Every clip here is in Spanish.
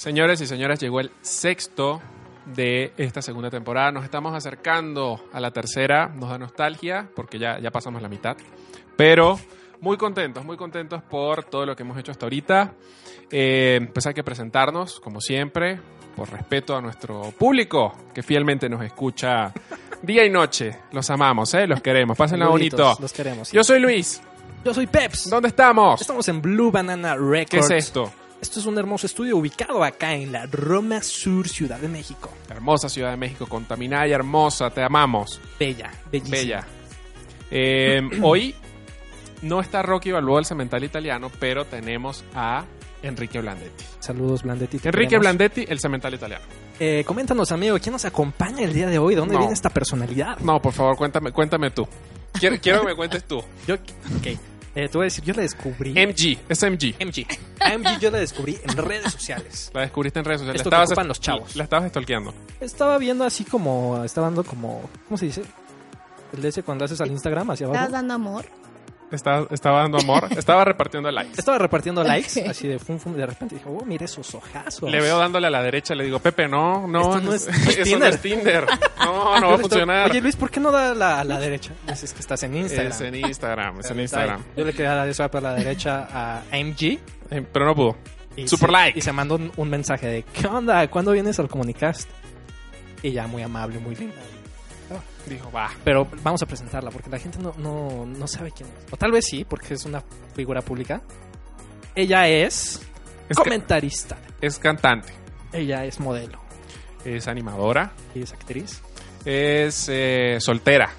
Señores y señoras, llegó el sexto de esta segunda temporada. Nos estamos acercando a la tercera. Nos da nostalgia porque ya, ya pasamos la mitad. Pero muy contentos, muy contentos por todo lo que hemos hecho hasta ahorita. Eh, pues hay que presentarnos, como siempre, por respeto a nuestro público que fielmente nos escucha día y noche. Los amamos, ¿eh? los queremos. Pásenla Saluditos, bonito. Los queremos. sí. Yo soy Luis. Yo soy Peps. ¿Dónde estamos? Estamos en Blue Banana ¿Qué Records. es esto? Esto es un hermoso estudio ubicado acá en la Roma Sur, Ciudad de México. Hermosa Ciudad de México, contaminada y hermosa, te amamos. Bella, bellísima. Bella. Eh, hoy no está Rocky Balboa, el cemental italiano, pero tenemos a Enrique Blandetti. Saludos, Blandetti. te Enrique queremos. Blandetti, el cemental italiano. Eh, coméntanos, amigo, ¿quién nos acompaña el día de hoy? ¿De dónde No. viene esta personalidad? No, por favor, cuéntame, cuéntame tú. Quiero, quiero que me cuentes tú. Yo, ok. Eh, te voy a decir, yo la descubrí. MG, es MG. MG. A MG yo la descubrí en redes sociales. La descubriste en redes sociales. Esto la que estabas, ocupan los chavos. La estabas stalkeando. Estaba viendo así como. Estaba dando como. ¿Cómo se dice? El de ese cuando haces al Instagram hacia ¿Estás abajo. dando amor? Estaba, estaba dando amor. Estaba repartiendo likes. Estaba repartiendo likes, Ok. así de fum fum, de repente dije, oh, mira esos ojazos. Le veo dándole a la derecha. Le digo, Pepe, no, no. Esto no es eso no es Tinder. No, no va a funcionar. Oye, Luis, ¿por qué no da la, la derecha? Dices que estás en Instagram. Es en Instagram, es en Instagram. Yo le quería dar eso para la derecha a MG. Eh, Pero no pudo. y Super se- like. Y se mandó un, un mensaje de, ¿qué onda? ¿Cuándo vienes al Comunicast? Y ya, muy amable, muy linda. Dijo, va. Pero vamos a presentarla porque la gente no, no, no sabe quién es. O tal vez sí, porque es una figura pública. Ella es, Es que- comentarista. Es cantante. Ella es modelo. Es animadora. Ella es actriz. Es eh, soltera.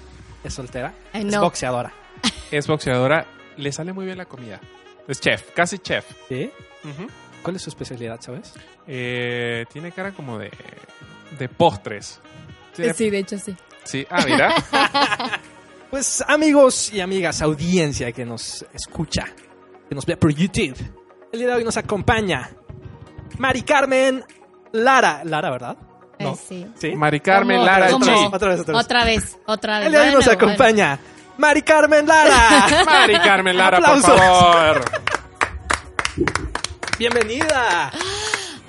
Es soltera. Ay, Es Eh, no. boxeadora. Es boxeadora. Le sale muy bien la comida. Es chef, casi chef. ¿Sí? Ujú. ¿Cuál es su especialidad, sabes? Eh, tiene cara como de, de postres. Tiene- Sí, de hecho sí. sí. Ah, mira. Pues amigos y amigas, audiencia que nos escucha, que nos ve por YouTube, el día de hoy nos acompaña Mari Carmen Lara. Lara, ¿verdad? Eh, No. sí. Sí. Mari Carmen ¿Cómo? Lara ¿Cómo? otra, G. vez, otra vez, otra vez. Otra vez, otra vez. El día de hoy Bueno, nos bueno. acompaña Mari Carmen Lara. Mari Carmen Lara, por Aplausos. favor. Bienvenida.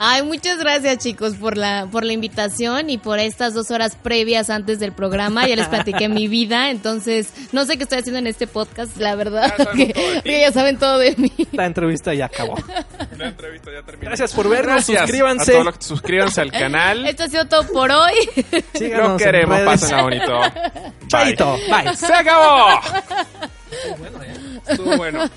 Ay, muchas gracias chicos por la, por la invitación y por estas dos horas previas antes del programa. Ya les platiqué mi vida, entonces no sé qué estoy haciendo en este podcast, la verdad, Ya saben todo porque, de ti. porque ya saben todo de mí. La entrevista ya acabó. La entrevista ya terminó. Gracias por vernos. Gracias a Suscríbanse. todos los que- suscríbanse al canal. Esto ha sido todo por hoy. Síganos Lo en queremos. redes. Pásenla bonito. Bye. Chaito. Bye. ¡Se acabó! ¿eh? Estuvo bueno.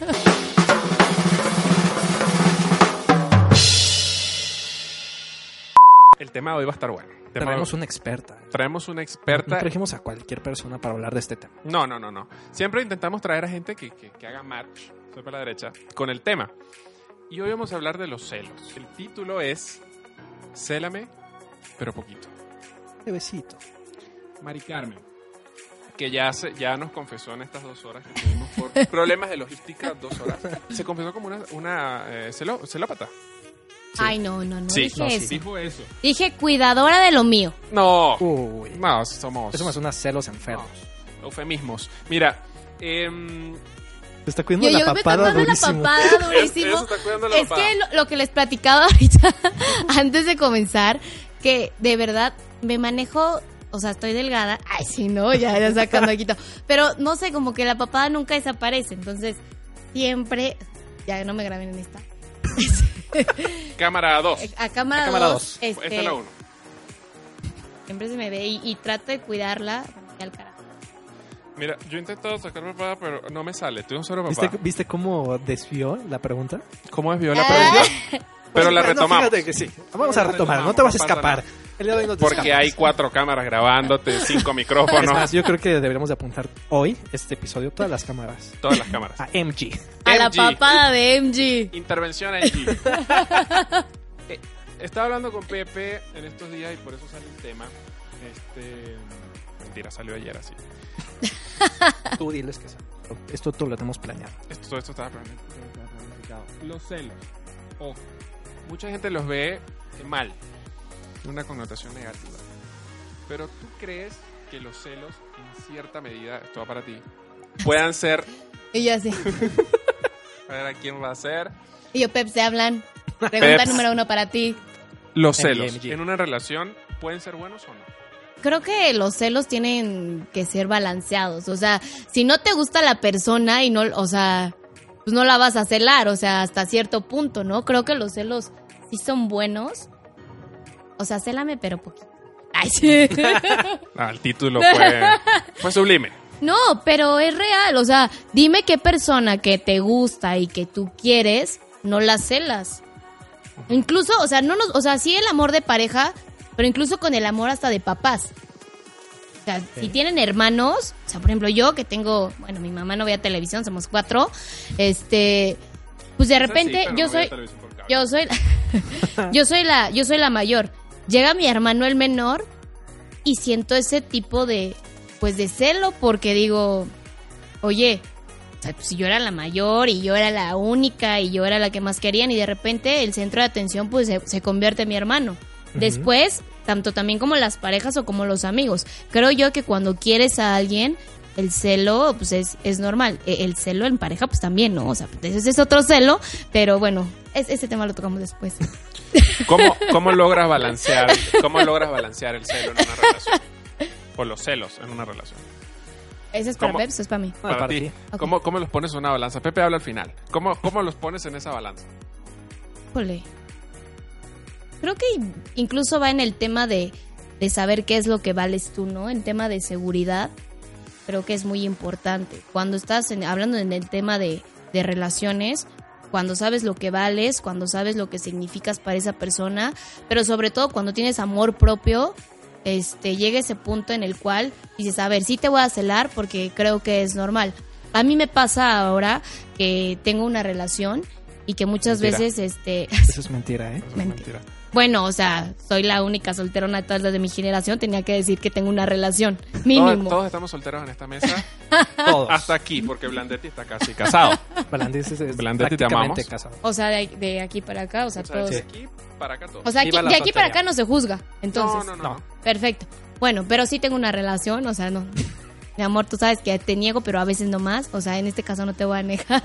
El tema de hoy va a estar bueno. El tema Tenemos de- una experta. traemos una No experta. trajimos a cualquier persona para hablar de este tema. No, no, no, no. Siempre intentamos traer a gente que, que- que haga match, soy para la derecha, con el tema. Y hoy vamos a hablar de los celos. El título es Célame, pero poquito. Bebecito. Mari Carmen, que ya, se- ya nos confesó en estas dos horas que tuvimos por problemas de logística, dos horas, se confesó como una, una eh, celo- celópata. Ay, no, no, no. Sí, dije no, sí. eso. Dijo eso. Dije cuidadora de lo mío. No, Uy. no, somos Eso me suena a celos enfermos. eufemismos. Mira, em, Te está cuidando Yo, yo la me papada tomando la durísimo. papada es- durísimo. eso está cuidando la Es papada. que lo, lo que les platicaba ahorita, antes de comenzar, que de verdad me manejo, o sea, estoy delgada. Ay, sí, no, ya, ya sacando aquí todo. Pero no sé, como que la papada nunca desaparece. Entonces, siempre. Ya no me graben en esta. cámara 2. A A cámara Este cámara 2. Esta es la 1. siempre se me ve y, y trato de cuidarla. Al carajo. Mira, yo he intentado sacar papada, pero no me sale. Tuve un solo ¿Viste, papada. ¿Viste cómo desvió la pregunta? ¿Cómo desvió la Ah. pregunta? Pero la No, retomamos. fíjate que sí. Vamos a La retomar, retomamos, no te vas no a pasa escapar. El día de hoy no te Porque escapas. hay cuatro cámaras grabándote, cinco Es micrófonos, más, yo creo que deberíamos de apuntar hoy este episodio todas las cámaras todas las cámaras. a MG. A la MG. papada de MG. Intervención allí. Eh, estaba hablando con Pepe en estos días y por eso sale el tema. Este. Mentira, salió ayer así. Tú diles que sí. Esto todo lo tenemos planeado. Esto, todo esto estaba plane- estaba planificado. Los celos. Ojo. Mucha gente los ve eh, mal. Una connotación negativa. Pero tú crees que los celos, en cierta medida, esto va para ti, puedan ser. Y yo así. A ver a quién va a ser. Y yo, Pep, se hablan. Pregunta Peps. número uno para ti. Los MG. celos en una relación pueden ser buenos o no. Creo que los celos tienen que ser balanceados. O sea, si no te gusta la persona y no, o sea, pues no la vas a celar, o sea, hasta cierto punto, ¿no? Creo que los celos sí son buenos. O sea, célame, pero poquito. Ay, sí. Ah, el título fue, fue sublime. No, pero es real. O sea, dime qué persona que te gusta y que tú quieres, no la celas. Incluso, o sea, no nos, o sea, sí el amor de pareja, pero incluso con el amor hasta de papás. O sea, si tienen hermanos, o sea, por ejemplo, yo que tengo, bueno, mi mamá no veía televisión, somos cuatro, este, pues de repente yo soy, yo soy yo soy la yo soy la mayor llega mi hermano el menor y siento ese tipo de pues de celo porque digo oye o sea, pues, si yo era la mayor y yo era la única y yo era la que más querían y de repente el centro de atención pues se, se convierte en mi hermano después tanto también como las parejas o como los amigos creo yo que cuando quieres a alguien el celo pues es, es normal E- el celo en pareja pues también no o sea pues, ese es otro celo pero bueno es- ese tema lo tocamos después ¿Cómo, cómo logras balancear, cómo logras balancear el celo en una relación? O los celos en una relación. ¿Ese es para ¿Cómo? Peps o es para mí? Ah, para ti. Ok. ¿Cómo, cómo los pones en una balanza? Pepe habla al final. ¿Cómo, cómo los pones en esa balanza? Híjole. Creo que incluso va en el tema de, de saber qué es lo que vales tú, ¿no? En tema de seguridad, creo que es muy importante. Cuando estás en- hablando en el tema de, de relaciones, cuando sabes lo que vales, cuando sabes lo que significas para esa persona, pero sobre todo cuando tienes amor propio, este, llega ese punto en el cual dices, a ver, sí te voy a celar porque creo que es normal. A mí me pasa ahora que tengo una relación y que muchas Mentira. veces, este, Eso es mentira, ¿eh? Eso es Mentira. mentira. bueno, o sea, soy la única solterona de todas las de mi generación, tenía que decir que tengo una relación, Todos, mínimo. todos estamos solteros en esta mesa. Todos. Hasta aquí, porque Blandetti está casi casado. Blandetti es- es Blandetti, te prácticamente amamos. casado. O sea, de, de aquí para acá, o sea, O sea, todos. de aquí para acá todos. O sea, aquí- Viva la de aquí para soltería. acá no se juzga, entonces. no, no, no. Perfecto. Bueno, pero sí tengo una relación, o sea, no. Mi amor, tú sabes que te niego, pero a veces no más. O sea, en este caso no te voy a negar.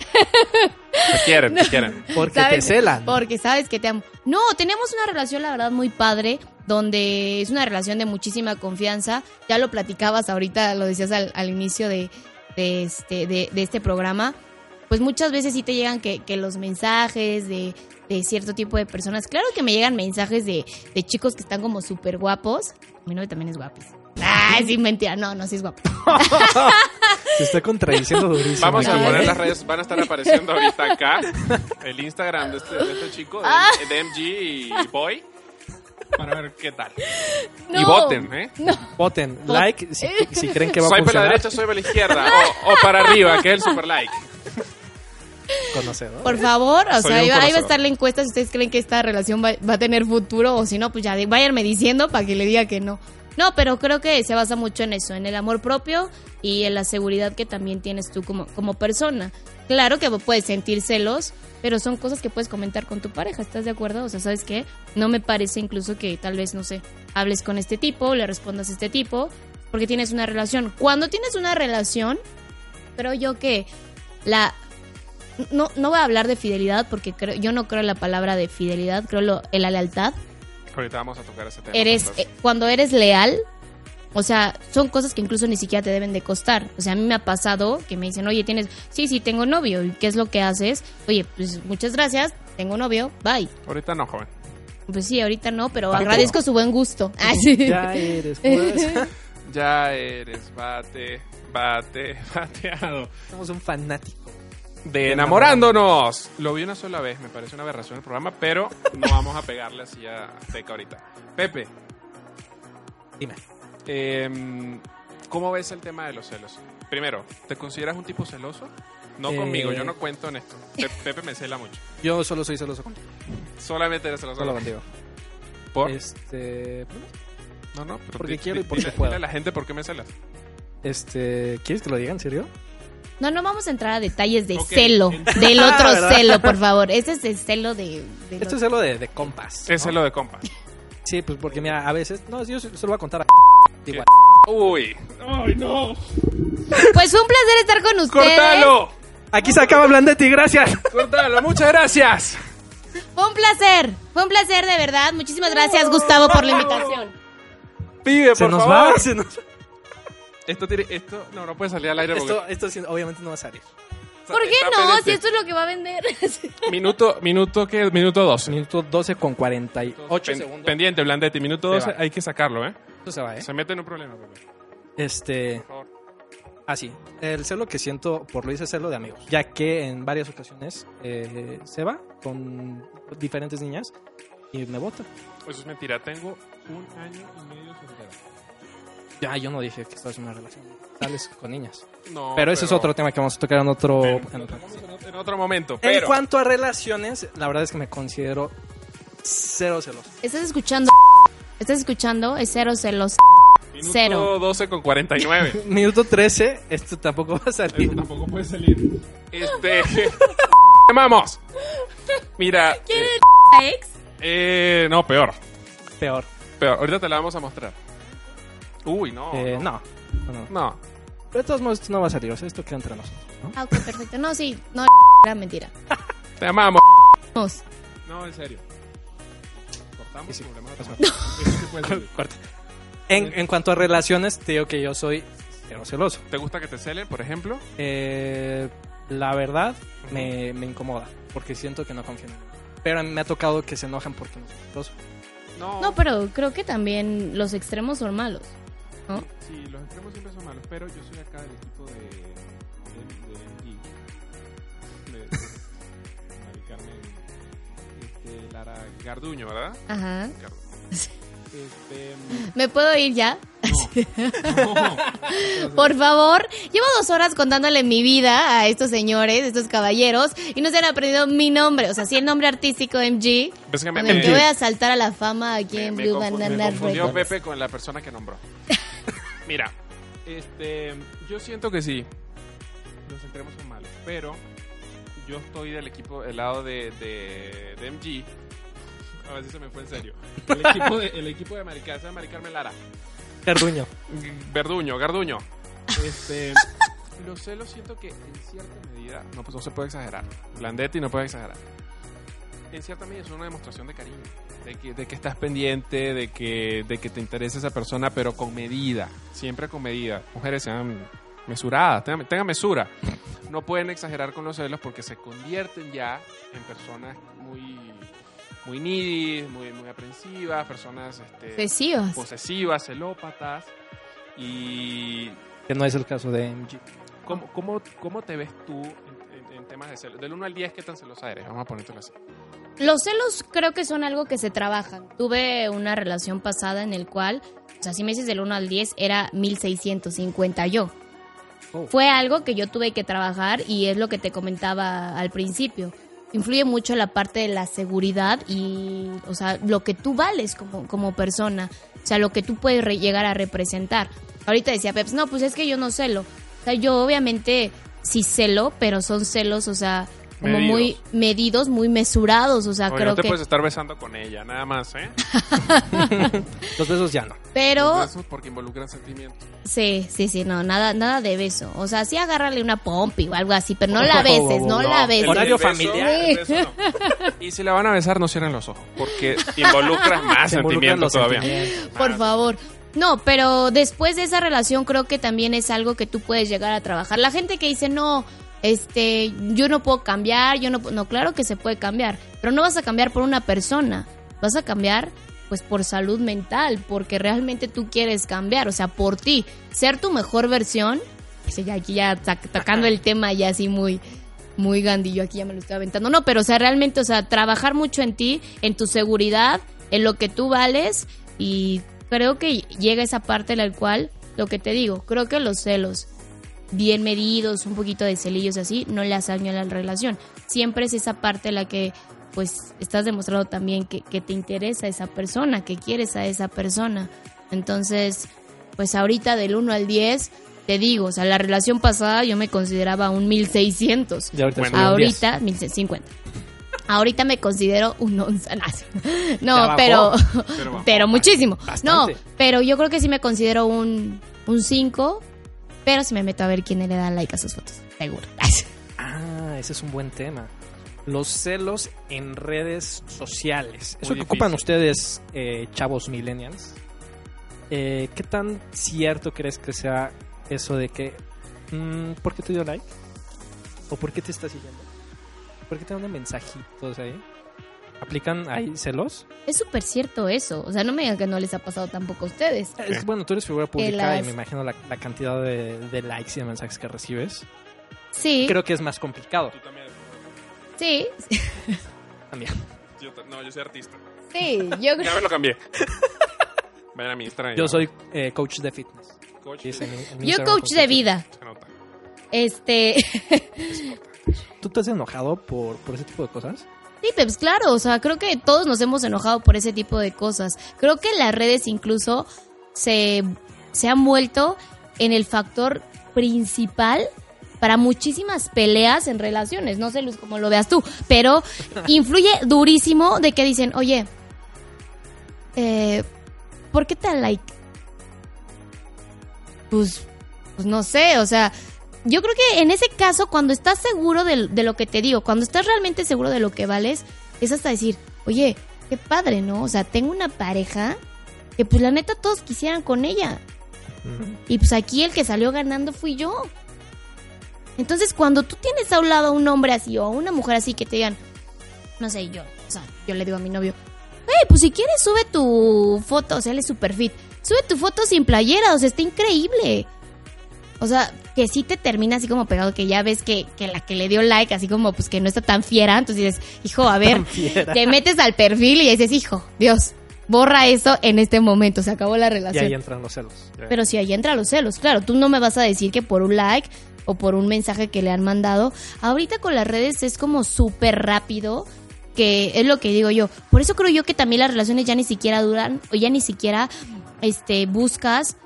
Te quieren, te quieren. Porque te ¿Sabes? celan. Porque sabes que te amo. No, tenemos una relación, la verdad, muy padre, donde es una relación de muchísima confianza. Ya lo platicabas ahorita, lo decías al, al inicio de, de este, de, de este programa. Pues muchas veces sí te llegan que, que los mensajes de, de cierto tipo de personas. Claro que me llegan mensajes de, de chicos que están como súper guapos. Mi novio también es guapo. Ay, sí, mentira. No, no, sí es guapo. Se está contradiciendo durísimo. Vamos a aquí, poner ¿eh? las redes, van a estar apareciendo ahorita acá. El Instagram de este, de este chico, de, Ah. de MG y Boy. Para ver qué tal. No. Y voten, ¿eh? Voten, like, si, si creen que va a Soy para la funcionar. derecha, soy para la izquierda. O, o para arriba, que es el super like. Conocedor. Por favor, o Soy sea, un ahí va, ahí va a conocedor. estar la encuesta si ustedes creen que esta relación va, va a tener futuro o si no, pues ya de- váyanme diciendo para que le diga que no. No, pero creo que se basa mucho en eso, en el amor propio y en la seguridad que también tienes tú como, como persona. Claro que puedes sentir celos, pero son cosas que puedes comentar con tu pareja, ¿estás de acuerdo? O sea, ¿sabes qué? No me parece incluso que tal vez, no sé, hables con este tipo, le respondas a este tipo, porque tienes una relación. Cuando tienes una relación, creo yo que la no, no voy a hablar de fidelidad porque creo, yo no creo en la palabra de fidelidad, creo lo- en la lealtad. Ahorita vamos a tocar ese tema. Eres, entonces. eh, cuando eres leal, o sea, son cosas que incluso ni siquiera te deben de costar. O sea, a mí me ha pasado que me dicen, oye, tienes, sí, sí, tengo novio, ¿y qué es lo que haces? Oye, pues muchas gracias, tengo novio, bye. Ahorita no, joven. Pues sí, ahorita no, pero Tampoco. agradezco su buen gusto. Ah, sí. Ya eres, pues. Ya eres bate, bate, bateado. Somos un fanático. de Enamorándonos. Lo vi una sola vez, me parece una aberración el programa, pero no vamos a pegarle así a Azteca ahorita. Pepe, Dime. eh, ¿cómo ves el tema de los celos? Primero, ¿te consideras un tipo celoso? No Eh. conmigo, yo no cuento en esto. Pe- Pepe me cela mucho. Yo solo soy celoso contigo. Solamente eres celoso. Solo contigo. ¿Por? Este. No, no, pero porque di- quiero y di- porque dile- puedo. dile a la gente por qué me celas. Este. ¿Quieres que lo diga en serio? No, no vamos a entrar a detalles de Ok. celo, del Ah, otro ¿verdad? celo, por favor. Ese es el celo de... de Esto es los- celo de, de compas. Es ¿no? celo de compa. Sí, pues porque mira, a veces. No, yo se se lo voy a contar a. Igual. Uy. ¡Ay, no! Pues un placer estar con ustedes. ¡Cortalo! Aquí se acaba hablando de ti, gracias. ¡Cortalo! ¡Muchas gracias! Fue un placer, fue un placer de verdad. Muchísimas gracias Gustavo por la invitación. Pibe, Se por nos favor. va, se nos va. Esto tiene. Esto. No, no puede salir al aire porque. Esto, esto sí, obviamente no va a salir. ¿Por qué Está no? pendiente. Si esto es lo que va a vender. Minuto, minuto que. Minuto 12. Minuto 12 con 48 Pen- segundos. Pendiente, Blandetti. Minuto Se 12. va. Hay que sacarlo, ¿eh? Esto se va, ¿eh? Se mete en un problema, Pepe. Este. Por favor. Así. Ah, El celo que siento por Luis es celo de amigos. Ya que en varias ocasiones eh, se va con diferentes niñas y me vota. Eso es mentira. Tengo un año y medio soltero. Ya, yo no dije que estabas en una relación. Sales con niñas. No. Pero ese es otro tema que vamos a tocar en otro. En, en otro- en otro momento. En Pero. cuanto a relaciones, la verdad es que me considero cero celoso. Estás escuchando. Estás escuchando. Es cero celos. Minuto Cero. 12 con 49. Minuto 13, esto tampoco va a salir. Eso tampoco puede salir. Este. ¡Vamos! Mira. eh, Ex. eh, no, peor. Peor. Peor. Ahorita te la vamos a mostrar. Uy, no. Eh, no. no. no, no. No. Pero de todos modos, esto no va a salir. O sea, esto queda entre nosotros. ¿no? Ah, ok, perfecto. No, sí. No, era mentira. Te amamos. Vamos. No, en serio. Cortamos Sí, sí. y volvemos a Pasa. tomar. Eso sí puede salir. Corta. En, en cuanto a relaciones, te digo que yo soy cero celoso. ¿Te gusta que te celen, por ejemplo? Eh, la verdad, me, me incomoda. Porque siento que no confían en mí. Pero me ha tocado que se enojan porque no soy celoso. No, pero creo que también los extremos son malos. ¿no? Sí, los extremos siempre son malos, pero yo soy acá del equipo de. de. de. de. Mari Carmen. Este, Lara Garduño, ¿verdad? Ajá. Garduño. Sí. Este. ¿Me puedo ir ya? No. no. Por favor. Llevo dos horas contándole mi vida a estos señores, estos caballeros, y no se han aprendido mi nombre. O sea, sí el nombre artístico MG. Ves que me, Con me, el que voy a saltar a la fama aquí me- en me Blue confu- me Banana confundió Records. Pepe con la persona que nombró. Mira, este, yo siento que sí, los extremos son malos, pero yo estoy del equipo, del lado de, de, de MG. A ver si se me fue en serio. El equipo de, el equipo de Maricar, se llama Mari Carmen Lara. Carduño. Verduño, Garduño. Este, los celos siento que en cierta medida, no, pues no se puede exagerar. Blandetti no puede exagerar. En cierta medida es una demostración de cariño, de que, de que estás pendiente, de que, de que te interesa esa persona, pero con medida, siempre con medida. Mujeres sean mesuradas, tengan, tengan mesura. No pueden exagerar con los celos porque se convierten ya en personas muy, muy needy, muy, muy aprensivas, personas... Este, Fesivas. posesivas, celópatas. ¿Y Que no es el caso de MG. cómo, cómo, cómo te ves tú en, en- en temas de celos? Del 1 al 10, ¿qué tan celosa eres? Vamos a ponértelo así. Los celos creo que son algo que se trabajan. Tuve una relación pasada en el cual, o sea, si me dices del 1 al 10, era 1650 yo. Oh. Fue algo que yo tuve que trabajar y es lo que te comentaba al principio. Influye mucho la parte de la seguridad y, o sea, lo que tú vales como, como persona. O sea, lo que tú puedes re- llegar a representar. Ahorita decía Peps, no, pues es que yo no celo. O sea, yo obviamente sí celo, pero son celos, o sea, como Medidos. muy medidos, muy mesurados, o sea, Oye, Ah, creo no te que... puedes estar besando con ella, nada más, ¿eh? Los besos ya no. Pero Los besos porque involucran sentimientos. sí, sí, sí, no, nada nada de beso. O sea, sí agárrale una pompi o algo así, pero no la Ojo, beses, ojo, no ojo, la el- beses. Horario el beso- familiar. el beso no. Y si la van a besar, no cierren los ojos, porque involucras más Se involucran sentimientos los todavía. sentimientos. Por Ah, favor. No, pero después de esa relación creo que también es algo que tú puedes llegar a trabajar. La gente que dice, no, este, yo no puedo cambiar, yo no, pu-". no, claro que se puede cambiar, pero no vas a cambiar por una persona, vas a cambiar pues por salud mental, porque realmente tú quieres cambiar, o sea, por ti, ser tu mejor versión, pues ya aquí ya ta- tocando el tema ya así muy, muy Gandhi, yo aquí ya me lo estoy aventando. No, pero o sea, realmente, o sea, trabajar mucho en ti, en tu seguridad, en lo que tú vales y creo que llega esa parte en la cual, lo que te digo, creo que los celos bien medidos, un poquito de celillos así, no le hace daño a la relación. Siempre es esa parte en la que pues estás demostrando también que, que te interesa esa persona, que quieres a esa persona. Entonces, pues ahorita del 1 al 10, te digo, o sea, la relación pasada yo me consideraba un 1600. Y ahorita Bueno. soy un diez. Ahorita, 1650. Ahorita me considero un onza. Ya No, bajó. pero, Pero bajó, pero muchísimo. Bastante. No, pero yo creo que sí me considero un 5, pero si me meto a ver quién le da like a sus fotos, seguro. Ah, ese es un buen tema. Los celos en redes sociales. Eso que difícil. ocupan ustedes, eh, chavos millennials. eh, ¿Qué tan cierto crees que sea eso de que... mm, ¿Por qué te dio like? ¿O por qué te está siguiendo? ¿Por qué te mandan mensajitos ahí? ¿Aplican ahí celos? Es súper cierto eso. O sea, no me digan que no les ha pasado tampoco a ustedes. Es que, bueno, tú eres figura pública y las- me imagino la, la cantidad de, de likes y de mensajes que recibes. Sí, Creo que es más complicado. sí, También. Yo ta- no, yo soy artista. sí. Yo creo. Ya me lo cambié. Vayan a mi Instagram. y Yo ya. soy eh, coach de fitness. coach. Sí, es en- en Yo Instagram coach con de coach. vida. Se nota. Este, ¿Tú te has enojado por, por ese tipo de cosas? sí, pues claro, o sea, creo que todos nos hemos enojado por ese tipo de cosas. Creo que las redes incluso se, se han vuelto en el factor principal para muchísimas peleas en relaciones. No sé, Luz, cómo lo veas tú, pero influye durísimo de que dicen, oye, eh, ¿por qué te da like? Pues, pues no sé, o sea, yo creo que en ese caso, cuando estás seguro de, de lo que te digo, cuando estás realmente seguro de lo que vales, es hasta decir, oye, qué padre, ¿no? O sea, tengo una pareja que pues la neta todos quisieran con ella. Mm. Y pues aquí el que salió ganando fui yo. Entonces, cuando tú tienes a un lado a un hombre así o a una mujer así que te digan, no sé, yo, o sea, yo le digo a mi novio, hey, pues si quieres sube tu foto, o sea, él es super fit, sube tu foto sin playera, o sea, está increíble. O sea, que sí te termina así como pegado, que ya ves que, que la que le dio like, así como pues que no está tan fiera, entonces dices, hijo, a ver, te metes al perfil y dices, hijo, Dios, borra eso en este momento, se acabó la Y relación. ahí entran los celos. Pero si ahí entra los celos, claro, tú no me vas a decir que por un like o por un mensaje que le han mandado. Ahorita con las redes es como súper rápido, que es lo que digo yo. Por eso creo yo que también las relaciones ya ni siquiera duran o ya ni siquiera este buscas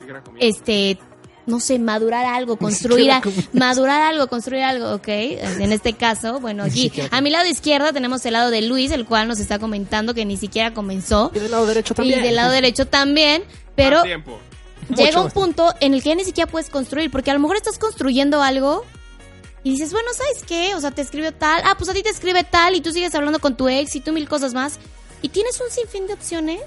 Qué gran comida. este no sé, madurar algo, construir, a- siquiera madurar algo, construir algo, ¿ok? En este caso, bueno, aquí siquiera a mi lado izquierdo tenemos el lado de Luis, el cual nos está comentando que ni siquiera comenzó. Y del lado derecho también. Y del lado derecho también, pero Más tiempo. llega un más. punto en el que ya ni siquiera puedes construir, porque a lo mejor estás construyendo algo y dices, bueno, ¿sabes qué? O sea, te escribió tal, ah, pues a ti te escribe tal y tú sigues hablando con tu ex y tú mil cosas más y tienes un sinfín de opciones.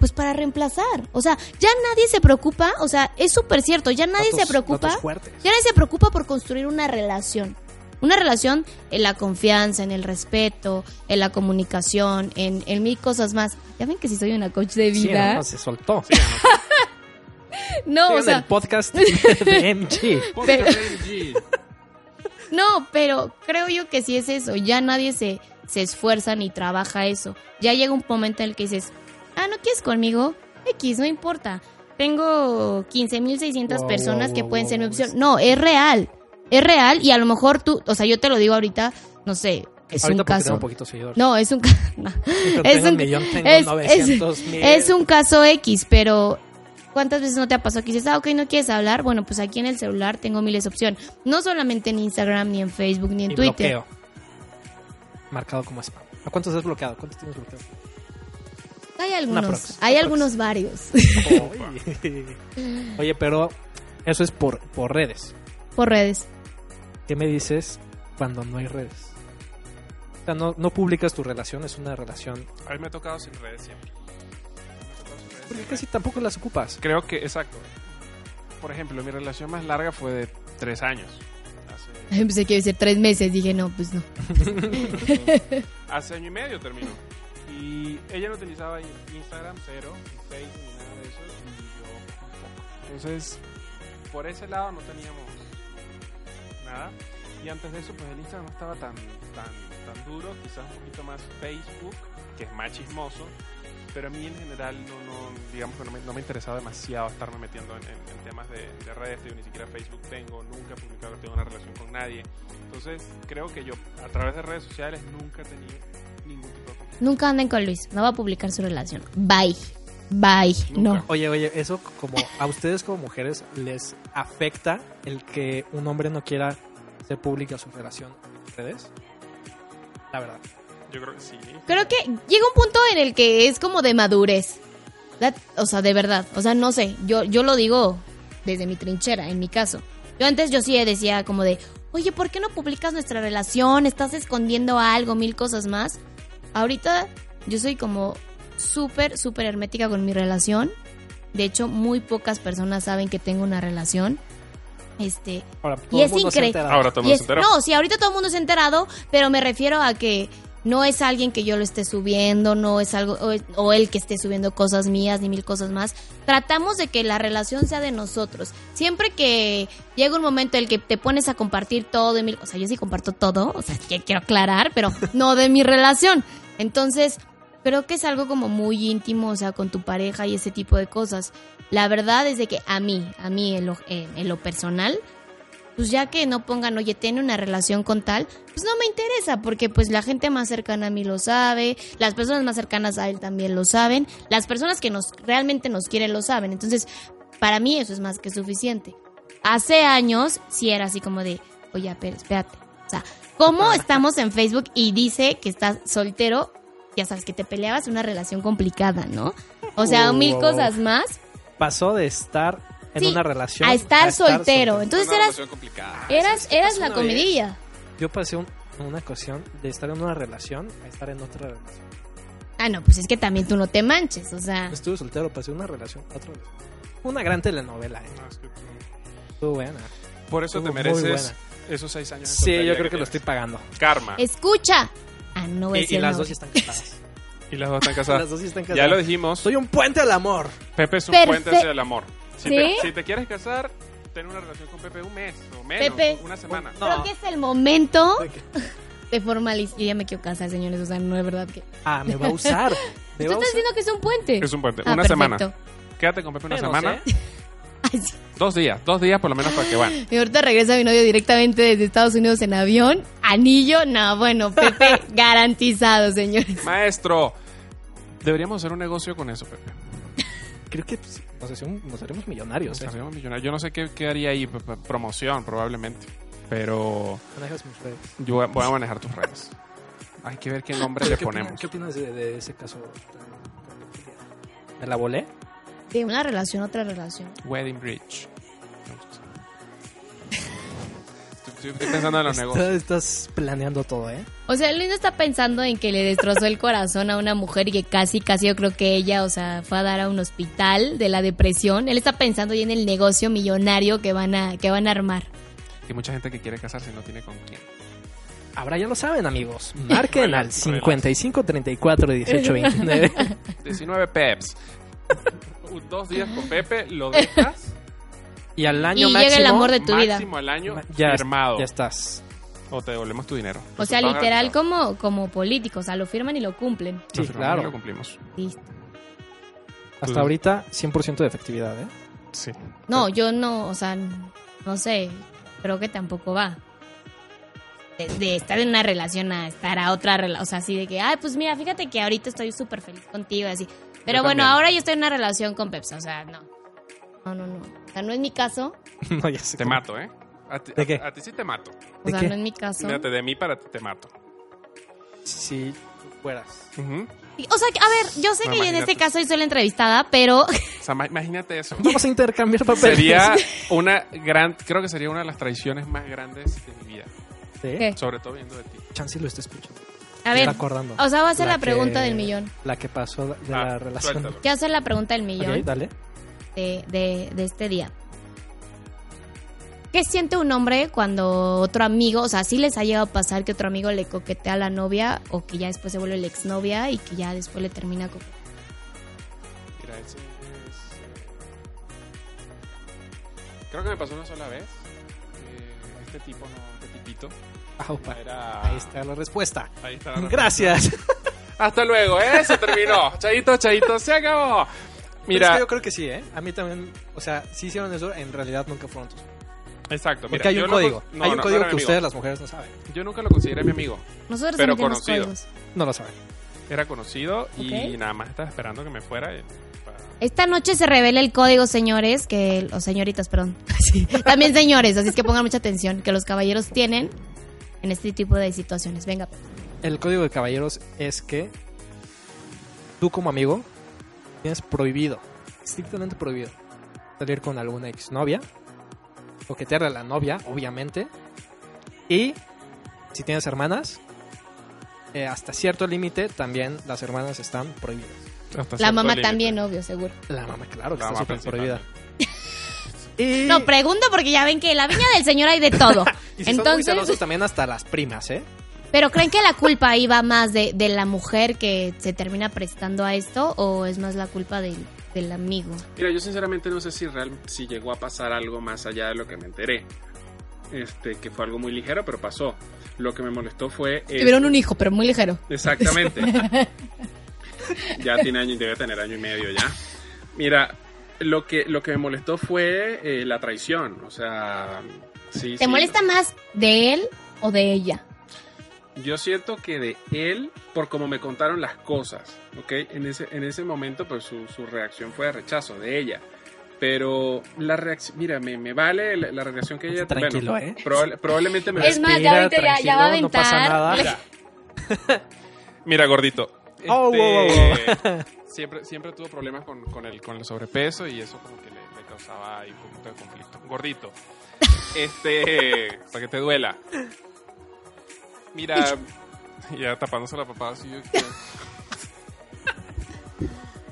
Pues para reemplazar. O sea, ya nadie se preocupa. O sea, es súper cierto. Ya nadie Datos- se preocupa. datos fuertes. Y ahora se preocupa por construir una relación. Una relación en la confianza, en el respeto, en la comunicación, en, en mil cosas más. Ya ven que si soy una coach de Sí, no, vida. no, se soltó. no, o Sigan sea, el podcast de MG. Ponte Pero- Benji. no, pero creo yo que sí es eso. Ya nadie se, se esfuerza ni trabaja eso. Ya llega un momento en el que dices, ah, ¿no quieres conmigo? X, no importa. Tengo 15.600 Wow, personas wow, que wow, pueden wow, ser mi wow, opción. es- No, es real. Es real y a lo mejor tú, o sea, yo te lo digo ahorita, no sé, es Ahorita un porque caso. tengo poquitos seguidores. No, es un ca- no. Pero es tengo un- un millón, tengo es- es- 900 mil. es un caso X, pero ¿cuántas veces no te ha pasado que dices, ah, ok, no quieres hablar? Bueno, pues aquí en el celular tengo miles de opciones. No solamente en Instagram, ni en Facebook, ni en Y Twitter. bloqueo. Marcado como spam. ¿A cuántos has bloqueado? ¿Cuántos tienes bloqueado? Hay Una algunos, prox, hay una algunos varios Oye. Oye, pero eso es por, por redes. por redes. ¿Qué me dices cuando no hay redes? O sea, no, no publicas tu relación, es una relación. A mí me ha tocado sin redes siempre. Me ha tocado sin redes Porque siempre. casi tampoco las ocupas. Creo que, exacto. Por ejemplo, mi relación más larga fue de tres años. Hace, Empecé que decir tres meses, dije, no, pues no. hace año y medio terminó. Y ella no utilizaba Instagram cero, ni Facebook, ni nada de eso. Y yo tampoco. Entonces, por ese lado no teníamos nada. Y antes de eso, pues el Instagram no estaba tan, tan, tan duro, quizás un poquito más Facebook, que es más chismoso. Pero a mí en general no, no digamos que no me, no me interesaba demasiado estarme metiendo en, en- en temas de, de redes, yo ni siquiera Facebook tengo, nunca he publicado, tengo una relación con nadie. Entonces creo que yo a través de redes sociales nunca he tenido ningún tipo de... Nunca anden con Luis. No va a publicar su relación. Bye. Bye. Nunca. No. Oye, oye, eso como a ustedes como mujeres les afecta el que un hombre no quiera hacer pública su relación en redes. La verdad. Yo creo que sí. Creo que llega un punto en el que es como de madurez. La- o sea, de verdad. O sea, no sé. Yo, yo lo digo desde mi trinchera, en mi caso. Yo antes yo sí decía como de, oye, ¿por qué no publicas nuestra relación? ¿Estás escondiendo algo? Mil cosas más. Ahorita yo soy como súper, súper hermética con mi relación. De hecho, muy pocas personas saben que tengo una relación. Este, Ahora, todo el es mundo se incre- entera. Ahora todo el Y mundo es- se enteró. no, sí, ahorita todo el mundo se ha enterado, pero me refiero a que no es alguien que yo lo esté subiendo, no es algo, o, es- o él que esté subiendo cosas mías ni mil cosas más. Tratamos de que la relación sea de nosotros. Siempre que llega un momento en el que te pones a compartir todo y mil, o sea, yo sí comparto todo, o sea, que quiero aclarar, pero no de mi relación. Entonces, creo que es algo como muy íntimo, o sea, con tu pareja y ese tipo de cosas. La verdad es de que a mí, a mí en lo, eh, en lo personal, pues ya que no pongan, oye, tiene una relación con tal, pues no me interesa, porque pues la gente más cercana a mí lo sabe, las personas más cercanas a él también lo saben, las personas que nos realmente nos quieren lo saben. Entonces, para mí eso es más que suficiente. Hace años sí era así como de, oye, pero espérate. O sea, ¿cómo estamos en Facebook y dice que estás soltero? Ya sabes que te peleabas una relación complicada, ¿no? O sea, mil Wow. cosas más Pasó de estar en Sí, una relación a estar soltero. Entonces Una eras, relación complicada. eras, eras la Una vez. comidilla. Yo pasé un- una ocasión de estar en una relación a estar en otra relación. Ah, no, pues es que también tú no te manches, o sea. Estuve soltero, pasé una relación a otra relación. Una gran telenovela, ¿eh? No, Ah, es que- Estuvo buena. Por eso Estuvo te muy mereces buena. esos seis años. de Sí, soltería yo creo que lo estoy tienes. pagando. Karma. Escucha. Ah, no voy a Y, decir y el las nombre. dos están casadas. Y las dos están las casadas. dos están casadas. Ya lo dijimos. Soy un puente al amor. Pepe es un Perfe- puente hacia el amor. Si, ¿Sí? te, si te quieres casar, ten una relación con Pepe un mes o menos, Pepe. una semana. Creo que es el momento de formalizar. Yo ya me quiero casar, señores, o sea, no es verdad que. pues Ah, me va a usar. Me Tú va a estás usar. diciendo que es un puente. Es un puente, Ah, una semana. perfecto. Quédate con Pepe una Bueno, semana. eh? sé. Ay, sí. Dos días, dos días por lo menos para que van. Y ahorita regresa mi novio directamente desde Estados Unidos en avión. Anillo, no, bueno, Pepe garantizado, señores. Maestro, deberíamos hacer un negocio con eso, Pepe. Creo que pues, nos, hacemos- nos haremos millonarios. ¿eh? Hacemos millonario. Yo no sé qué, qué haría ahí, p- p- promoción probablemente. Pero Manejas mis redes. yo voy a- voy a manejar tus redes. Hay que ver qué nombre le ¿Qué opinas, ponemos. qué opinas de, de ese caso? ¿Me la volé? De una relación a otra relación. Wedding Bridge. Me gusta. Estoy, estoy- estoy pensando en los negocios. Está- estás planeando todo, ¿eh? O sea, Luis no está pensando en que le destrozó el corazón a una mujer y que casi, casi yo creo que ella, o sea, fue a dar a un hospital de la depresión. Él está pensando ya en el negocio millonario que van a, que van a armar. Y mucha gente que quiere casarse no tiene con quién. Ahora ya lo saben, amigos. Marquen al Relájate. 55 34 18 29. 19 peps. Dos días con Pepe, lo dejas. Y al año Y llega máximo. el amor de tu máximo al año ya, firmado. ya estás. O te devolvemos tu dinero. O sea, Resultado literal garantizado. como, como políticos, o sea, lo firman y lo cumplen. Lo Sí, firmamos y claro. Lo cumplimos. Listo. Pues Hasta ahorita, 100% de efectividad, ¿eh? Sí. No, yo no, o sea, no sé, creo que tampoco va. De, de estar en una relación a estar a otra relación, o sea, así de que, ay, pues mira, fíjate que ahorita estoy súper feliz contigo, y así. Pero Yo bueno, también. ahora yo estoy en una relación con Pepsi, o sea, no. No, no, no. O sea, no es mi caso. no, ya sé. Te mato, ¿eh? A ti, ¿De a- qué? a ti sí te mato. O ¿De sea, qué? no es mi caso. Fíjate, de mí para ti te mato. Si tú fueras. Ujú. Y- O sea, que, a ver, yo sé No, que en imagínate. este caso yo soy la entrevistada, pero O sea, ma- imagínate eso. Vamos a intercambiar papeles. Sería una gran, creo que sería una de las traiciones más grandes de mi vida. ¿Sí? ¿Qué? Sobre todo viendo de ti. ¿Eh? Chance lo está escuchando. a Se ver, está acordando. o sea, va a ser la, que- pregunta del millón. La que pasó de Ah, la relación. suéltalo. Ya hacer la pregunta del millón. Ok, dale. de, de- de este día. ¿Qué siente un hombre cuando otro amigo, o sea, sí les ha llegado a pasar que otro amigo le coquetea a la novia o que ya después se vuelve la exnovia y que ya después le termina co- Mira, ese es, eh, Creo que me pasó una sola vez. Eh, este tipo, no, este tipito. Aupa. Era... Ahí está la respuesta. Ahí está la respuesta. Gracias. Hasta luego, ¿eh? Se terminó. chaito, chaito, se acabó. Pero es Mira, que yo creo que sí, ¿eh? A mí también, o sea, sí hicieron eso, en realidad nunca fueron tus. exacto. Porque mira, hay yo un no código. cons- no, hay un no, código no era que mi amigo. ustedes, las mujeres, no saben. Yo nunca lo consideré mi amigo. Nosotros Pero emitimos conocido. códigos. No lo saben. Era conocido y Ok. nada más estaba esperando que me fuera. y- para- Esta noche se revela el código, señores, que o señoritas, perdón. Sí, También señores, así es que pongan mucha atención que los caballeros tienen en este tipo de situaciones. Venga. El código de caballeros es que tú como amigo tienes prohibido, estrictamente prohibido, salir con alguna exnovia, coquetear a la novia, obviamente, y si tienes hermanas, eh, hasta cierto límite también las hermanas están prohibidas. hasta La cierto mamá límite. también, obvio, seguro. La mamá, claro, que La está mamá súper principal. prohibida. Y, No, pregunto porque ya ven que en la viña del señor hay de todo. y si son muy Entonces, celosos también hasta las primas, ¿eh? ¿pero creen que la culpa ahí va más de, de la mujer que se termina prestando a esto o es más la culpa del, del amigo? Mira, yo sinceramente no sé si real, si llegó a pasar algo más allá de lo que me enteré. Este, que fue algo muy ligero, pero pasó. Lo que me molestó fue. eh, Tuvieron un hijo, pero muy ligero. Exactamente. ya tiene año, debe tener año y medio ya. Mira, lo que, lo que me molestó fue eh, la traición. O sea, sí. ¿Te sí. molesta más de él o de ella? Yo siento que de él, por como me contaron las cosas, ¿ok? En ese, en ese momento, pues su, su reacción fue de rechazo de ella. Pero la reacción, mira, me, me vale la, la reacción que ella Tranquilo, bueno, ¿eh? probable- probablemente me Es más, Respira, ya ahorita ya, ya va a tranquilo, no pasa aventar. nada. Mira. Mira, gordito. Oh, este, wow, siempre, siempre tuvo problemas con, con el, con el sobrepeso y eso como que le, le causaba ahí un poquito de conflicto. Gordito. Este, para que te duela. Mira, ya tapándose la papada así. yo-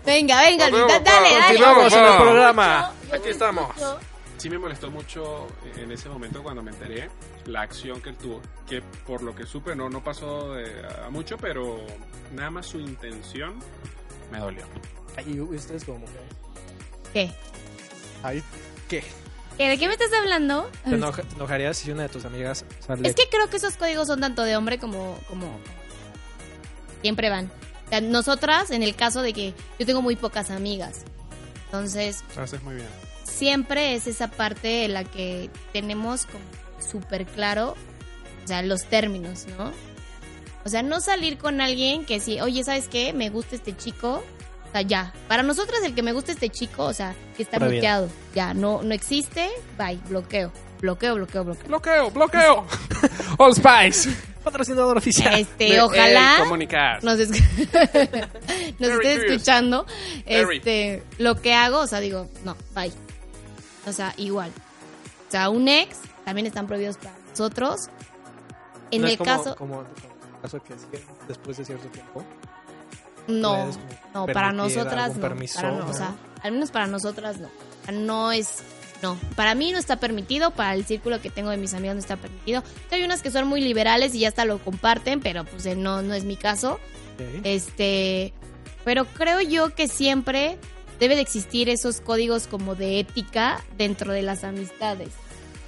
Venga, venga, Nos vemos, dale, dale. continuamos en el programa. Yo- yo Aquí me estamos. escucho. Sí me molestó mucho eh, en ese momento cuando me enteré la acción que él tuvo, que por lo que supe no, no pasó de- a mucho, pero nada más su intención me dolió. Y ustedes como mujeres. ¿Qué? Ay, ¿qué? ¿Qué? ¿De qué me estás hablando? ¿Te, enoja- te enojarías si una de tus amigas sale? Es que creo que esos códigos son tanto de hombre como, como siempre van. O sea, nosotras, en el caso de que yo tengo muy pocas amigas, entonces Haces muy bien. siempre es esa parte en la que tenemos como súper claro, o sea, los términos, ¿no? O sea, no salir con alguien que sí, oye, ¿sabes qué? Me gusta este chico, o sea, ya. Para nosotras el que me gusta este chico, o sea, que está Prohibido. bloqueado, ya, no, no existe, bye, bloqueo, bloqueo, bloqueo, bloqueo. Bloqueo, bloqueo. All Spice. Patrocinador oficial. Este, eh, ojalá... comunicar. nos, esc- nos Very estén curious. escuchando, Very. este, lo que hago, o sea, digo, no, bye. O sea, igual. O sea, un ex también están prohibidos para nosotros. En No es el como- caso, Como, como el caso que sigue después de cierto tiempo. no, puedes como no, permitir para nosotras algún no, permiso, para no, ¿no? O sea, al menos para nosotras no. O sea, No es, no. Para mí no está permitido, para el círculo que tengo de mis amigos no está permitido. Hay unas que son muy liberales y ya hasta lo comparten, pero pues eh, no, no es mi caso. Este, pero creo yo que siempre debe de existir esos códigos como de ética dentro de las amistades.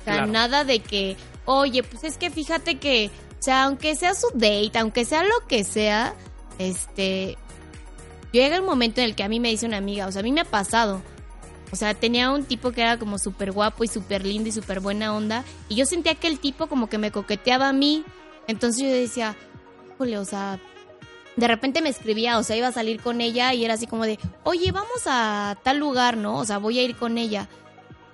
O sea, Claro. nada de que, oye, pues es que fíjate que, o sea, aunque sea su date, aunque sea lo que sea, este, llega el momento en el que a mí me dice una amiga, o sea, a mí me ha pasado. O sea, tenía un tipo que era como súper guapo y súper lindo y súper buena onda. Y yo sentía que el tipo como que me coqueteaba a mí. Entonces yo decía, híjole, o sea, de repente me escribía, o sea, iba a salir con ella y era así como de, oye, vamos a tal lugar, ¿no? O sea, voy a ir con ella.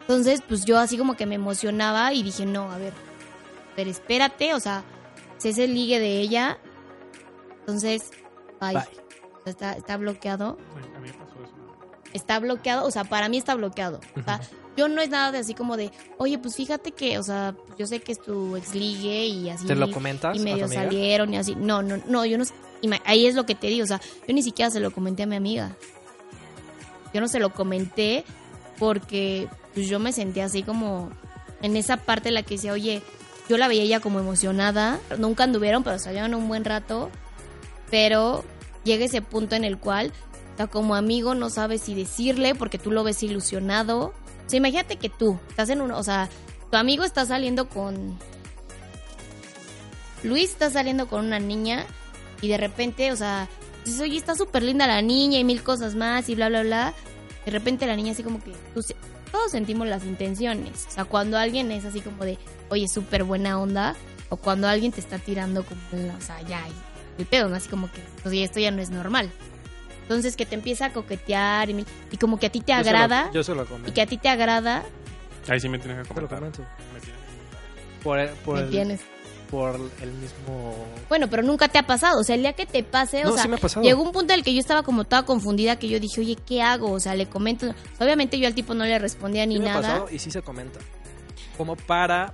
Entonces, pues yo así como que me emocionaba y dije, no, a ver, pero espérate, o sea, si es el ligue de ella, entonces, bye. Bye. O sea, Está, está bloqueado. A mí me pasó eso. Está bloqueado, o sea, para mí está bloqueado. O sea, yo no es nada de así como de, oye, pues fíjate que, o sea, yo sé que es tu ex ligue y así ¿Te lo comentas a y tu medio amiga? salieron y así. No, no, no, yo no. ima- Ahí es lo que te digo, o sea, yo ni siquiera se lo comenté a mi amiga. Yo no se lo comenté porque pues, yo me sentía así como en esa parte en la que decía, oye, yo la veía ya como emocionada. Nunca anduvieron, pero salieron un buen rato. Pero llega ese punto en el cual, o sea, como amigo no sabes si decirle porque tú lo ves ilusionado. O sea, imagínate que tú estás en un, o sea, tu amigo está saliendo con... Luis está saliendo con una niña y de repente, o sea, dices, oye, está súper linda la niña y mil cosas más y bla, bla, bla. De repente la niña así como que... tú se- todos sentimos las intenciones. O sea, cuando alguien es así como de, oye, súper buena onda, o cuando alguien te está tirando como, o sea, ya, el pedo, ¿no? Así como que, pues, oye, esto ya no es normal. Entonces, que te empieza a coquetear y, mi- y como que a ti te Yo se lo- agrada, Yo se lo y comento. que a ti te agrada, Ahí sí me tienes que se lo comentar. comento. Me tienes. Por, el- por, ¿me el, entiendes? por el mismo. Bueno, pero nunca te ha pasado. O sea, el día que te pase, No, o sea, sí me ha pasado. llegó un punto en el que yo estaba como toda confundida, que yo dije, oye, ¿qué hago? O sea, le comento. Obviamente yo al tipo no le respondía ni Sí me ha nada. pasado y sí se comenta. Como para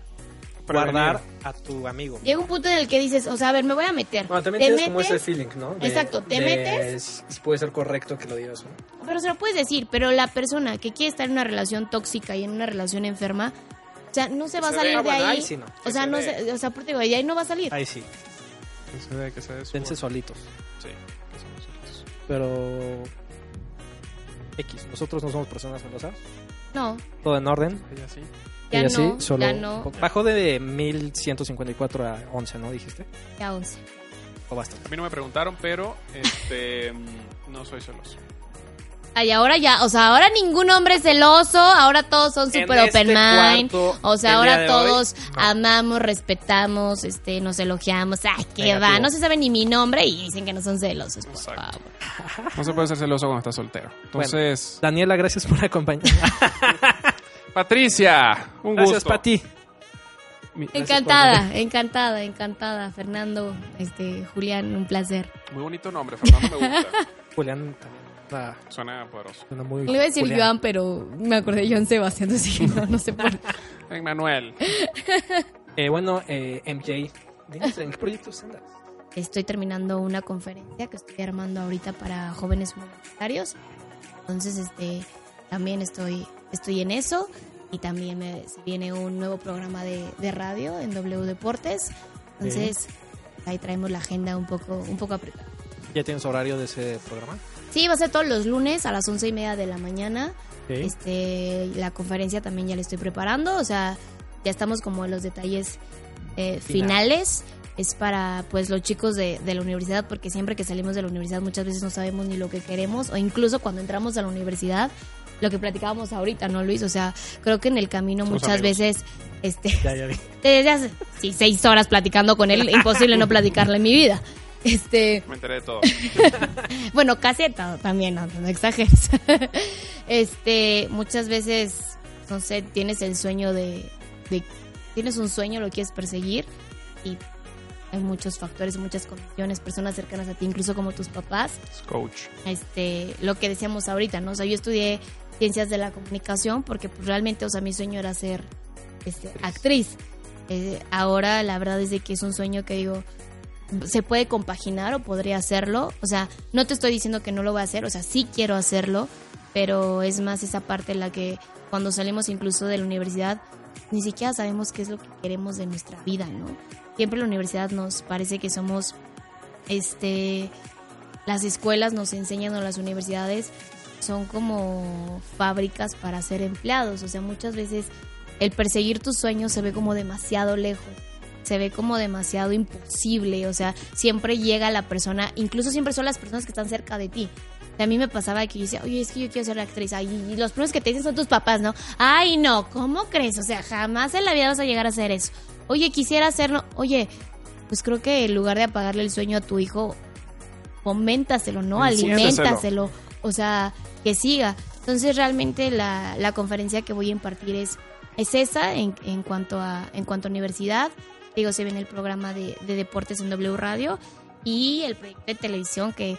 Prevenir. guardar a tu amigo. Llega un punto en el que dices, o sea, a ver, me voy a meter. Bueno, también Te tienes como metes, ese feeling, ¿no? Exacto, te metes. Si puede ser correcto que lo digas, ¿no? Pero se lo puedes decir, pero la persona que quiere estar en una relación tóxica y en una relación enferma, o sea, no se va a se salir vea. de bueno, ahí. ahí sí no. O sea, se no vea. se, o sea, por te digo, de ahí no va a salir. Ahí sí. Que se dé, que se dé su- Dense solitos. Sí, que somos solitos. Pero. X. Nosotros no somos personas celosas. No, Todo en orden. Ella sí. ya y no, así, solo. ya un no, poco- Bajó de 1154 a 11, ¿no? Dijiste. ya once. O bastante. A mí no me preguntaron, pero este, mm, no soy celoso. Ay, ahora ya, o sea, ahora ningún hombre es celoso, ahora todos son super En open este mind. cuarto, O el sea, día ahora de hoy, todos no. amamos, respetamos, este, nos elogiamos. Ay, qué Negativo. va, no se sabe ni mi nombre y dicen que no son celosos, por Exacto. favor. No se puede ser celoso cuando estás soltero. Entonces, Daniela, gracias por acompañarnos. Patricia, un Gracias, gusto. Pati. Mi- Encantada, encantada, encantada, Fernando, este, Julián, un placer. Muy bonito nombre, Fernando me gusta. Julián también. Ah, Suena poderoso. suena muy Le iba a decir Julián. Joan, pero me acordé de Joan Sebastián, así que no, no sé por qué. Manuel. Eh, bueno, eh, MJ, dinos en qué proyectos andas. Estoy terminando una conferencia que estoy armando ahorita para jóvenes universitarios. Entonces, este, también estoy, estoy en eso. Y también me se viene un nuevo programa de, de radio en W Deportes. Entonces, ahí traemos la agenda un poco, un poco apretada. ¿Ya tienes horario de ese programa? Sí, va a ser todos los lunes a las once y media de la mañana. Sí. Este, la conferencia también ya la estoy preparando, o sea, ya estamos como en los detalles eh, finales. Es para pues los chicos de, de la universidad, porque siempre que salimos de la universidad muchas veces no sabemos ni lo que queremos, o incluso cuando entramos a la universidad, lo que platicábamos ahorita, ¿no, Luis? O sea, creo que en el camino Somos muchas amigos. veces, este, Ya, ya vi. desde hace sí, seis horas platicando con él, imposible no platicarle en mi vida. Este, Me enteré de todo. bueno, caseta también, no, no exageres. este, muchas veces, no sé, tienes el sueño de, de- Tienes un sueño, lo quieres perseguir y hay muchos factores, muchas condiciones, personas cercanas a ti, incluso como tus papás. Coach. Este, lo que decíamos ahorita, ¿no? O sea, yo estudié ciencias de la comunicación porque pues, realmente, o sea, mi sueño era ser este, actriz. Eh, ahora la verdad es de que es un sueño que digo, se puede compaginar o podría hacerlo. O sea, no te estoy diciendo que no lo voy a hacer, o sea, sí quiero hacerlo, pero es más esa parte en la que cuando salimos incluso de la universidad, ni siquiera sabemos qué es lo que queremos de nuestra vida, ¿no? Siempre la universidad nos parece que somos, este, las escuelas nos enseñan o las universidades son como fábricas para ser empleados, o sea, muchas veces el perseguir tus sueños se ve como demasiado lejos se ve como demasiado imposible, o sea, siempre llega la persona, incluso siempre son las personas que están cerca de ti. O sea, A mí me pasaba que yo decía, oye, es que yo quiero ser actriz. Ay, y los primeros que te dicen son tus papás, ¿no? Ay, no, ¿cómo crees? O sea, jamás en la vida vas a llegar a hacer eso. Oye, quisiera hacerlo. Oye, pues creo que en lugar de apagarle el sueño a tu hijo, foméntaselo, ¿no? Enciéndeselo. Aliméntaselo. O sea, que siga. Entonces, realmente la, la conferencia que voy a impartir es, es esa en, en, cuanto a, en cuanto a universidad. Digo, se viene el programa de, de deportes en W Radio y el proyecto de televisión que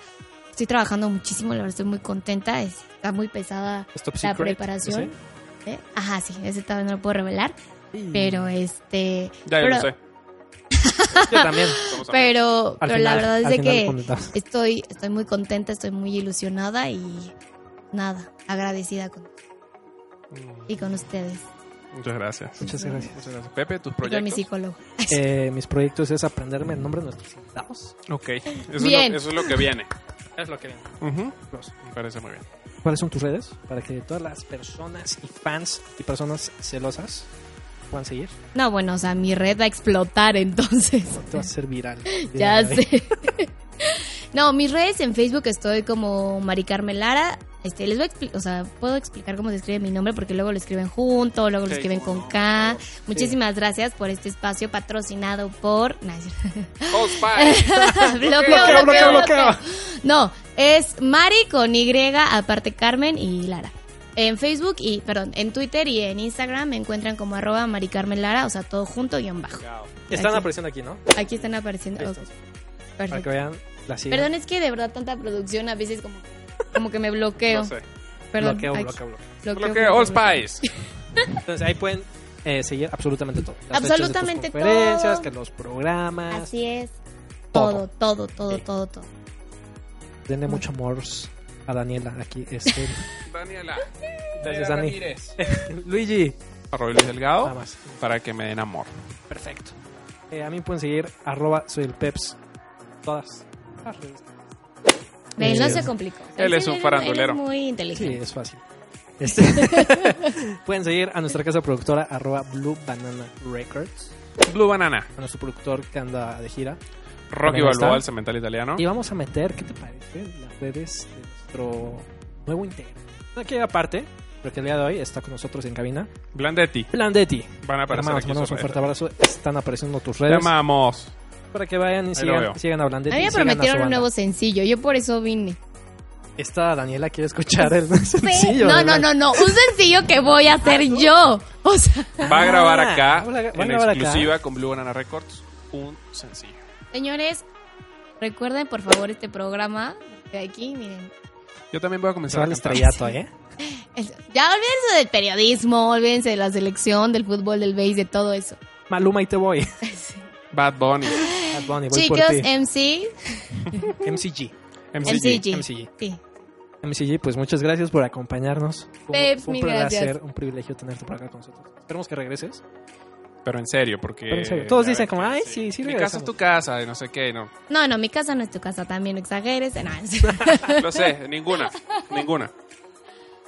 estoy trabajando muchísimo, la verdad estoy muy contenta, es- está muy pesada Stop la Secret, preparación. ¿Eh? Ajá, sí, ese todavía no lo puedo revelar, ese. pero este... Ya, yo pero, lo sé. Yo también. Somos amigos. Pero, Al pero la final- verdad es al de final que comentamos. estoy, estoy muy contenta, estoy muy ilusionada y nada, agradecida con, y Mm. con ustedes, Muchas gracias. Muchas gracias. Muchas gracias. Pepe, tus y con mi proyectos. psicólogo. Eh, mis proyectos es aprenderme el nombre de nuestros invitados. Ok. Eso, es lo, Bien. eso es lo que viene. Es lo que viene. Ujú. Me parece muy bien. ¿Cuáles son tus redes? Para que todas las personas y fans y personas celosas puedan seguir. No, bueno, o sea, mi red va a explotar entonces. Te vas a ser viral. De Ya una vez. sé. no, mis redes en Facebook estoy como Mari Carmen Lara. Este, les voy a expli- o sea, puedo explicar cómo se escribe mi nombre porque luego lo escriben junto, luego Sí, lo escriben cómo con K. Muchísimas gracias por este espacio patrocinado por... No, es cierto. Oh, Spy. Bloqueo, bloqueo, bloqueo, bloqueo, bloqueo. bloqueo. No, es Mari con Y, aparte Carmen y Lara. En Facebook y, perdón, en Twitter y en Instagram me encuentran como arroba Mari Carmen Lara, o sea, todo junto y en bajo. Están Aquí. apareciendo aquí, ¿no? Aquí están apareciendo. Ahí ok, están. Para que perfecto. vean la siguiente. Perdón, es que de verdad tanta producción a veces como, como que me bloqueo. No sé. Perdón. bloqueo, aquí. bloqueo, bloqueo. Lo que All bloqueo. Spice. Entonces ahí pueden eh, seguir absolutamente todo. Las fechas de tus Absolutamente todo. conferencias, que los programas. Así es. Todo. Todo, todo, todo, Sí. todo, todo. Denle mucho amor a Daniela aquí. Este, Daniela. Daniela Gracias, Dani. Ramírez. Luigi. Arroba Luis Nada Delgado. más. Para que me den amor. Perfecto. Eh, a mí me pueden seguir arroba soy el peps. Todas. las redes. Ve, no Eh, se complicó. él es un Él farandulero. él es muy Sí, inteligente. es fácil. Este, pueden seguir a nuestra casa productora arroba Blue Banana Records. Blue Banana. A nuestro productor que anda de gira. Rocky Bueno, está. Balboa, el cemental italiano. Y vamos a meter, ¿qué te parece? Las redes de nuestro nuevo integrante. Aquí aparte, pero que el día de hoy está con nosotros en cabina. Blandetti. Blandetti. Van a aparecer Hermanos, Ah, aquí mandamos un sus fuerte redes. abrazo. Están apareciendo tus Te redes amamos. para que vayan y lo sigan, veo. sigan a Blandetti. a mí y me sigan a su prometieron un banda. nuevo sencillo, yo por eso vine. Esta Daniela quiere escuchar el sencillo. no, de Ah, no, Blandetti. no, no, un sencillo que voy a hacer yo. O sea, Va a grabar Ah, acá va a gra- va a en grabar acá. exclusiva con Blue Banana Records un sencillo. señores, recuerden por favor este programa de aquí, miren. Yo también voy a Se comenzar va a el cantar. estrellato, ¿eh? El- Ya olvídense del periodismo, olvídense de la selección, del fútbol, del base, de todo eso. Maluma, y te voy. Bad Bunny. Bad Bunny, voy por Chicos, em, ti. MC, MCG. MCG. MCG. MCG. Sí. MCG, pues muchas gracias por acompañarnos. Babes, un mil placer, gracias. un privilegio tenerte por acá con nosotros. Esperemos que regreses. Pero en serio, porque... Pero en serio. Todos ya dicen ves como, que "Ay, sí, sí Mi regresamos". casa es tu casa, y no sé qué, no. No, no, mi casa no es tu casa, también no exageres. No, Lo sé, ninguna, ninguna.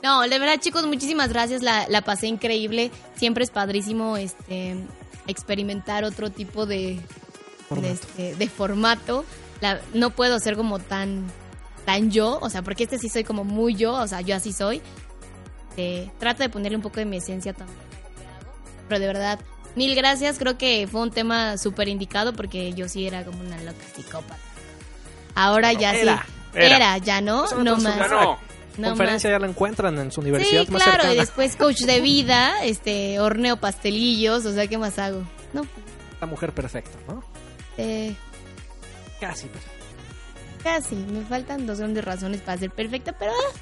No, de verdad, chicos, muchísimas gracias. La, la pasé increíble. Siempre es padrísimo este experimentar otro tipo de de, Formato. este, de formato. La- no puedo ser como tan tan yo, o sea, porque este sí soy como muy yo, o sea, yo así soy. Este, trato de ponerle un poco de mi esencia también. a lo que hago. Pero de verdad, mil gracias. Creo que fue un tema súper indicado porque yo sí era como una loca psicópata. Ahora ya Era, sí. era. Era, ya no, Eso no no te más. Ya no. no más. Conferencia ya la encuentran en su universidad Sí, más claro, y cercana. después coach de vida, este, horneo pastelillos, o sea, ¿qué más hago? No, La mujer perfecta, ¿no? eh, Casi perfecta. casi, me faltan dos grandes razones para ser perfecta, pero ah,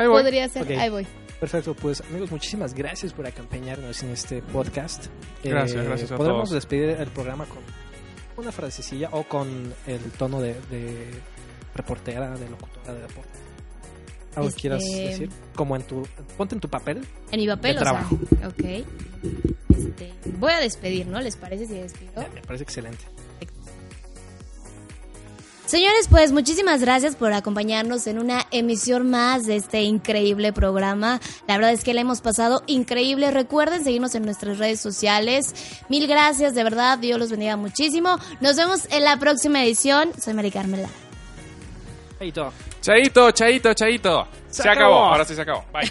Ahí voy. podría ser, Ok. ahí voy. Perfecto, pues amigos, muchísimas gracias por acompañarnos en este podcast. Eh, Gracias, gracias a Podemos todos. despedir el programa con una frasecilla o con el tono de, de reportera, de locutora de deporte. Algo Este- que quieras decir, como en tu, ponte en tu papel. En mi papel, De o sea, trabajo. ok. Este, voy a despedir, ¿no? ¿Les parece si despido? Me parece excelente. Señores, pues muchísimas gracias por acompañarnos en una emisión más de este increíble programa. La verdad es que la hemos pasado increíble. Recuerden seguirnos en nuestras redes sociales. Mil gracias, de verdad. Dios los bendiga muchísimo. Nos vemos en la próxima edición. Soy Mari Carmela. Ahí todo. Chaito, chaito, chaito. Se Se, acabó. acabó. Ahora sí se acabó. Bye.